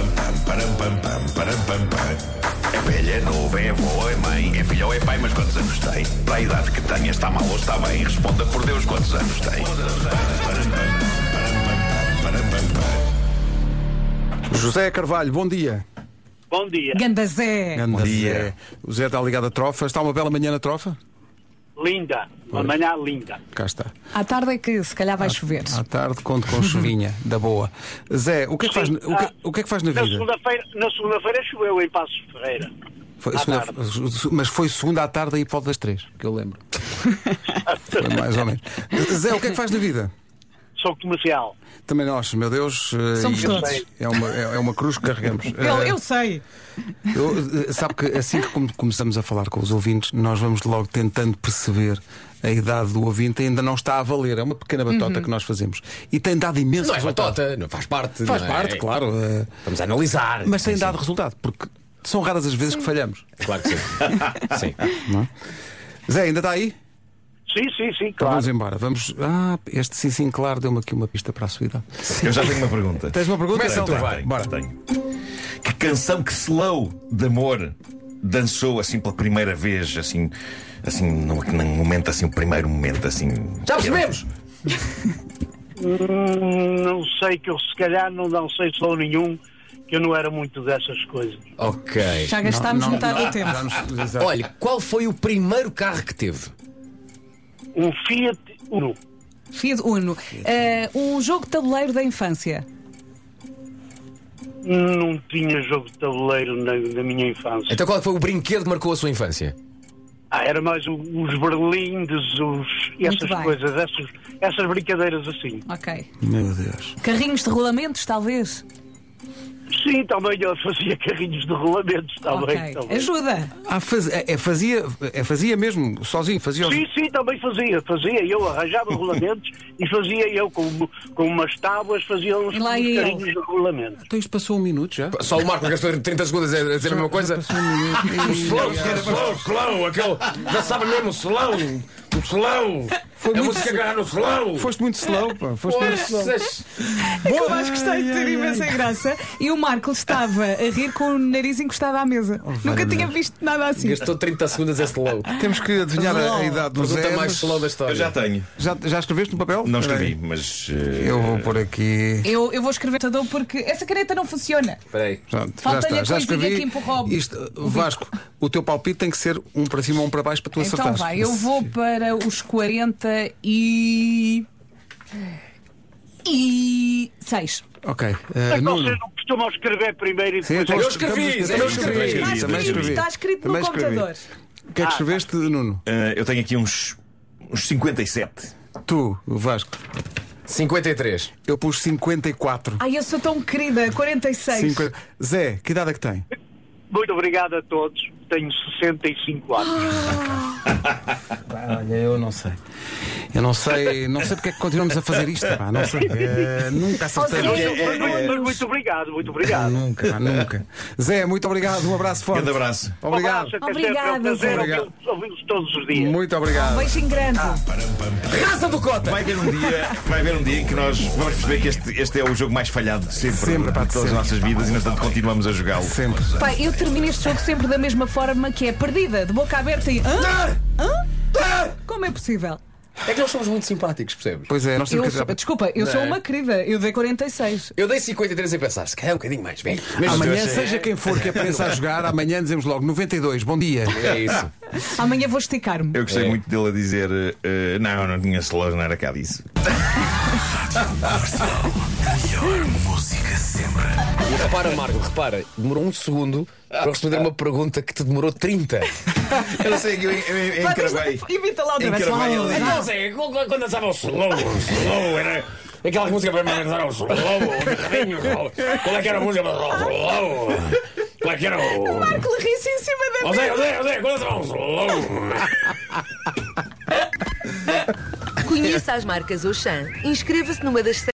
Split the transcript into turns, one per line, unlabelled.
Param, pam, pam, param, pam, pam. É velha, é novo, é avó, é mãe, é filha ou é pai, mas quantos anos tem? Para a idade que tem, está mal ou está bem? Responda por Deus, quantos anos tem? Param, pam, param, pam, param, pam, pam.
José Carvalho, bom dia.
Bom dia.
Gandazé.
Bom
dia.
O Zé está ligado à trofa. Está uma bela manhã na trofa?
Linda. Uma manhã linda.
Cá está.
À tarde é que se calhar vai chover.
À tarde conto com chuvinha, da boa. Zé, o que é que faz, o que, o que é que faz na
Na
vida?
segunda-feira, na segunda-feira choveu em Passos Ferreira.
Foi
à
segunda-
tarde.
mas foi segunda à tarde aí por volta das três, que eu lembro. Foi mais ou menos. Zé, o que é que faz na vida?
Sou comercial.
Também nós, meu Deus, eh,
Somos
e-
todos.
É, uma, é é uma cruz que carregamos.
Eu,
Eh,
eu sei.
Eu, eh, sabe que assim que come- começamos a falar com os ouvintes, nós vamos logo tentando perceber a idade do ouvinte, ainda não está a valer. É uma pequena batota que nós fazemos. E tem dado imenso
Uhum. Não é
resultado.
batota, não faz parte.
Faz
não é?
parte, claro. eh,
Vamos analisar.
Mas tem
Sim,
dado resultado, porque são raras as vezes que falhamos.
sim, Claro que sim. sim.
Zé, ainda está aí?
Sim, sim, sim,
Tá
Então
claro.
vamos embora. Vamos. Ah, este sim, sim, claro, deu-me aqui uma pista para a sua idade.
Eu já tenho uma pergunta.
Tens uma pergunta?
Começa
Então
tu,
vá.
vai.
Bora.
Tenho. Que canção que slow de amor dançou assim pela primeira vez, assim, assim, num, num momento assim, o primeiro momento assim.
Já percebemos!
Hum, não sei que eu se calhar não, não sei som nenhum, que eu não era muito dessas coisas.
Ok.
Já gastámos
Não, não,
metade
não,
do tempo.
vamos- exato.
Olha, qual foi o primeiro carro que teve?
Um Fiat Uno.
Fiat Uno. Eh, um jogo de tabuleiro da infância.
Não tinha jogo de tabuleiro na, na minha infância.
Então qual foi o brinquedo que marcou a sua infância?
Ah, era mais o- os berlindes, os, essas
bem.
coisas, essas, essas brincadeiras assim.
Ok.
Meu Deus.
Carrinhos de rolamentos, talvez.
Sim, também eu fazia carrinhos de rolamentos, também.
ok. É
também.
Ajuda.
Ah, faz- é, é fazia, é fazia mesmo, sozinho, fazia.
Sim, sim, também fazia, fazia. Eu arranjava rolamentos e fazia eu com, com umas tábuas, fazia uns,
E lá
uns
ia
carrinhos de rolamentos.
Então isto passou um minuto já? um
Só o Marco gastou 30 segundos a dizer a mesma coisa? Slow, slow, slow, aquele. Já sabe mesmo, slow, o slow. Foi a
muito-
música agarrar no slow.
Foste muito slow, pá. Foste muito slow.
Poças.
Eu acho É que está a ter imensa graça. E o Marco estava a rir com o nariz encostado à mesa. Nunca tinha visto nada assim.
Gastou 30 segundos a slow.
Temos que adivinhar a, a idade do Zé.
Pergunta mais
mas-
slow da
Eu
história.
já tenho.
Já, já escreveste no papel?
Não
Espera aí.
escrevi, mas. eh,
Eu vou pôr aqui.
Eu, eu vou escrever todo porque essa caneta não funciona.
Peraí.
Pronto, já
Falta-lhe
está.
a
Já
coisinha
escrevi.
que empurrou.
Isto, Vasco, o teu palpite tem que ser um para cima ou um para baixo para tu
Então
acertares.
vai, eu vou para os 40 e. e. 6.
Ok. Uh,
Mas
Nuno.
vocês não costumam escrever primeiro e
Sim,
depois.
então-
Eu escrevi,
estamos-
eu
também
escrevi.
escrevi,
Está
também
escrito,
escrevi.
está escrito no
Também escrevi. O
computador.
Ah, tá.
que é que escreveste, Nuno?
eh, eu tenho aqui uns, uns 57.
Tu, Vasco.
53.
Eu pus 54.
Ai, eu sou tão querida, 46.
Cinqu- Zé, que idade é que tem?
Muito obrigado a todos. Tenho 65
Ah,
anos.
Olha, eu não sei. Eu não sei, não sei porque é que continuamos a fazer isto, pá, não sei. Eh, nunca acertei.
Ou
nada.
seja,
Mas muito- mas
é.
muito obrigado, muito obrigado.
Nunca, pá, nunca. Zé, muito obrigado, um abraço forte.
Grande abraço.
Obrigado.
Um abraço, até sempre. É um
Obrigada,
prazer
Zé.
ouvi- ouvi-los todos os dias.
Muito obrigado.
Beijinho grande.
Ah,
Raça do Cota!
Vai haver um dia, vai haver um dia em que nós vamos perceber que este, este é o jogo mais falhado de sempre,
Sempre, pá,
de todas
sempre.
as nossas vidas e, no entanto, continuamos a jogá-lo.
Sempre.
Pai, eu termino este jogo sempre da mesma forma que é perdida, de boca aberta e. Hã? Hã? Como é possível?
É que nós somos muito simpáticos, percebes?
Pois é, nós
Eu
temos que é?
sou- desculpa, eu sou
Não.
uma querida, eu dei 46.
Eu dei 53 a pensar, se calhar é um bocadinho mais, bem. Mas
Amanhã,
eu achei-
seja quem for que apareça a jogar, amanhã dizemos logo 92, bom dia.
É isso.
Amanhã vou esticar-me.
Eu gostei muito dele a dizer: eh, Não, não tinha slow, não era cá disso.
E repara, Marco, repara, demorou um segundo para responder uma pergunta que te demorou 30.
Eu não sei, eu, eu, eu, eu
Pá,
encravei.
deixa- Imita lá outra vez.
Encravei
Fala.
ali.
Então, Zé, quando dançava o slow, o slow, era. Aquela música para mim era o slow, o carrinho, o- qual é que era a música para o slow? Qual é que era o.
Marco ri-se em cima da
Ó Zé, ó Zé, ó Zé, quando dançava o slow?
Conheça as marcas Auchan. Inscreva-se numa das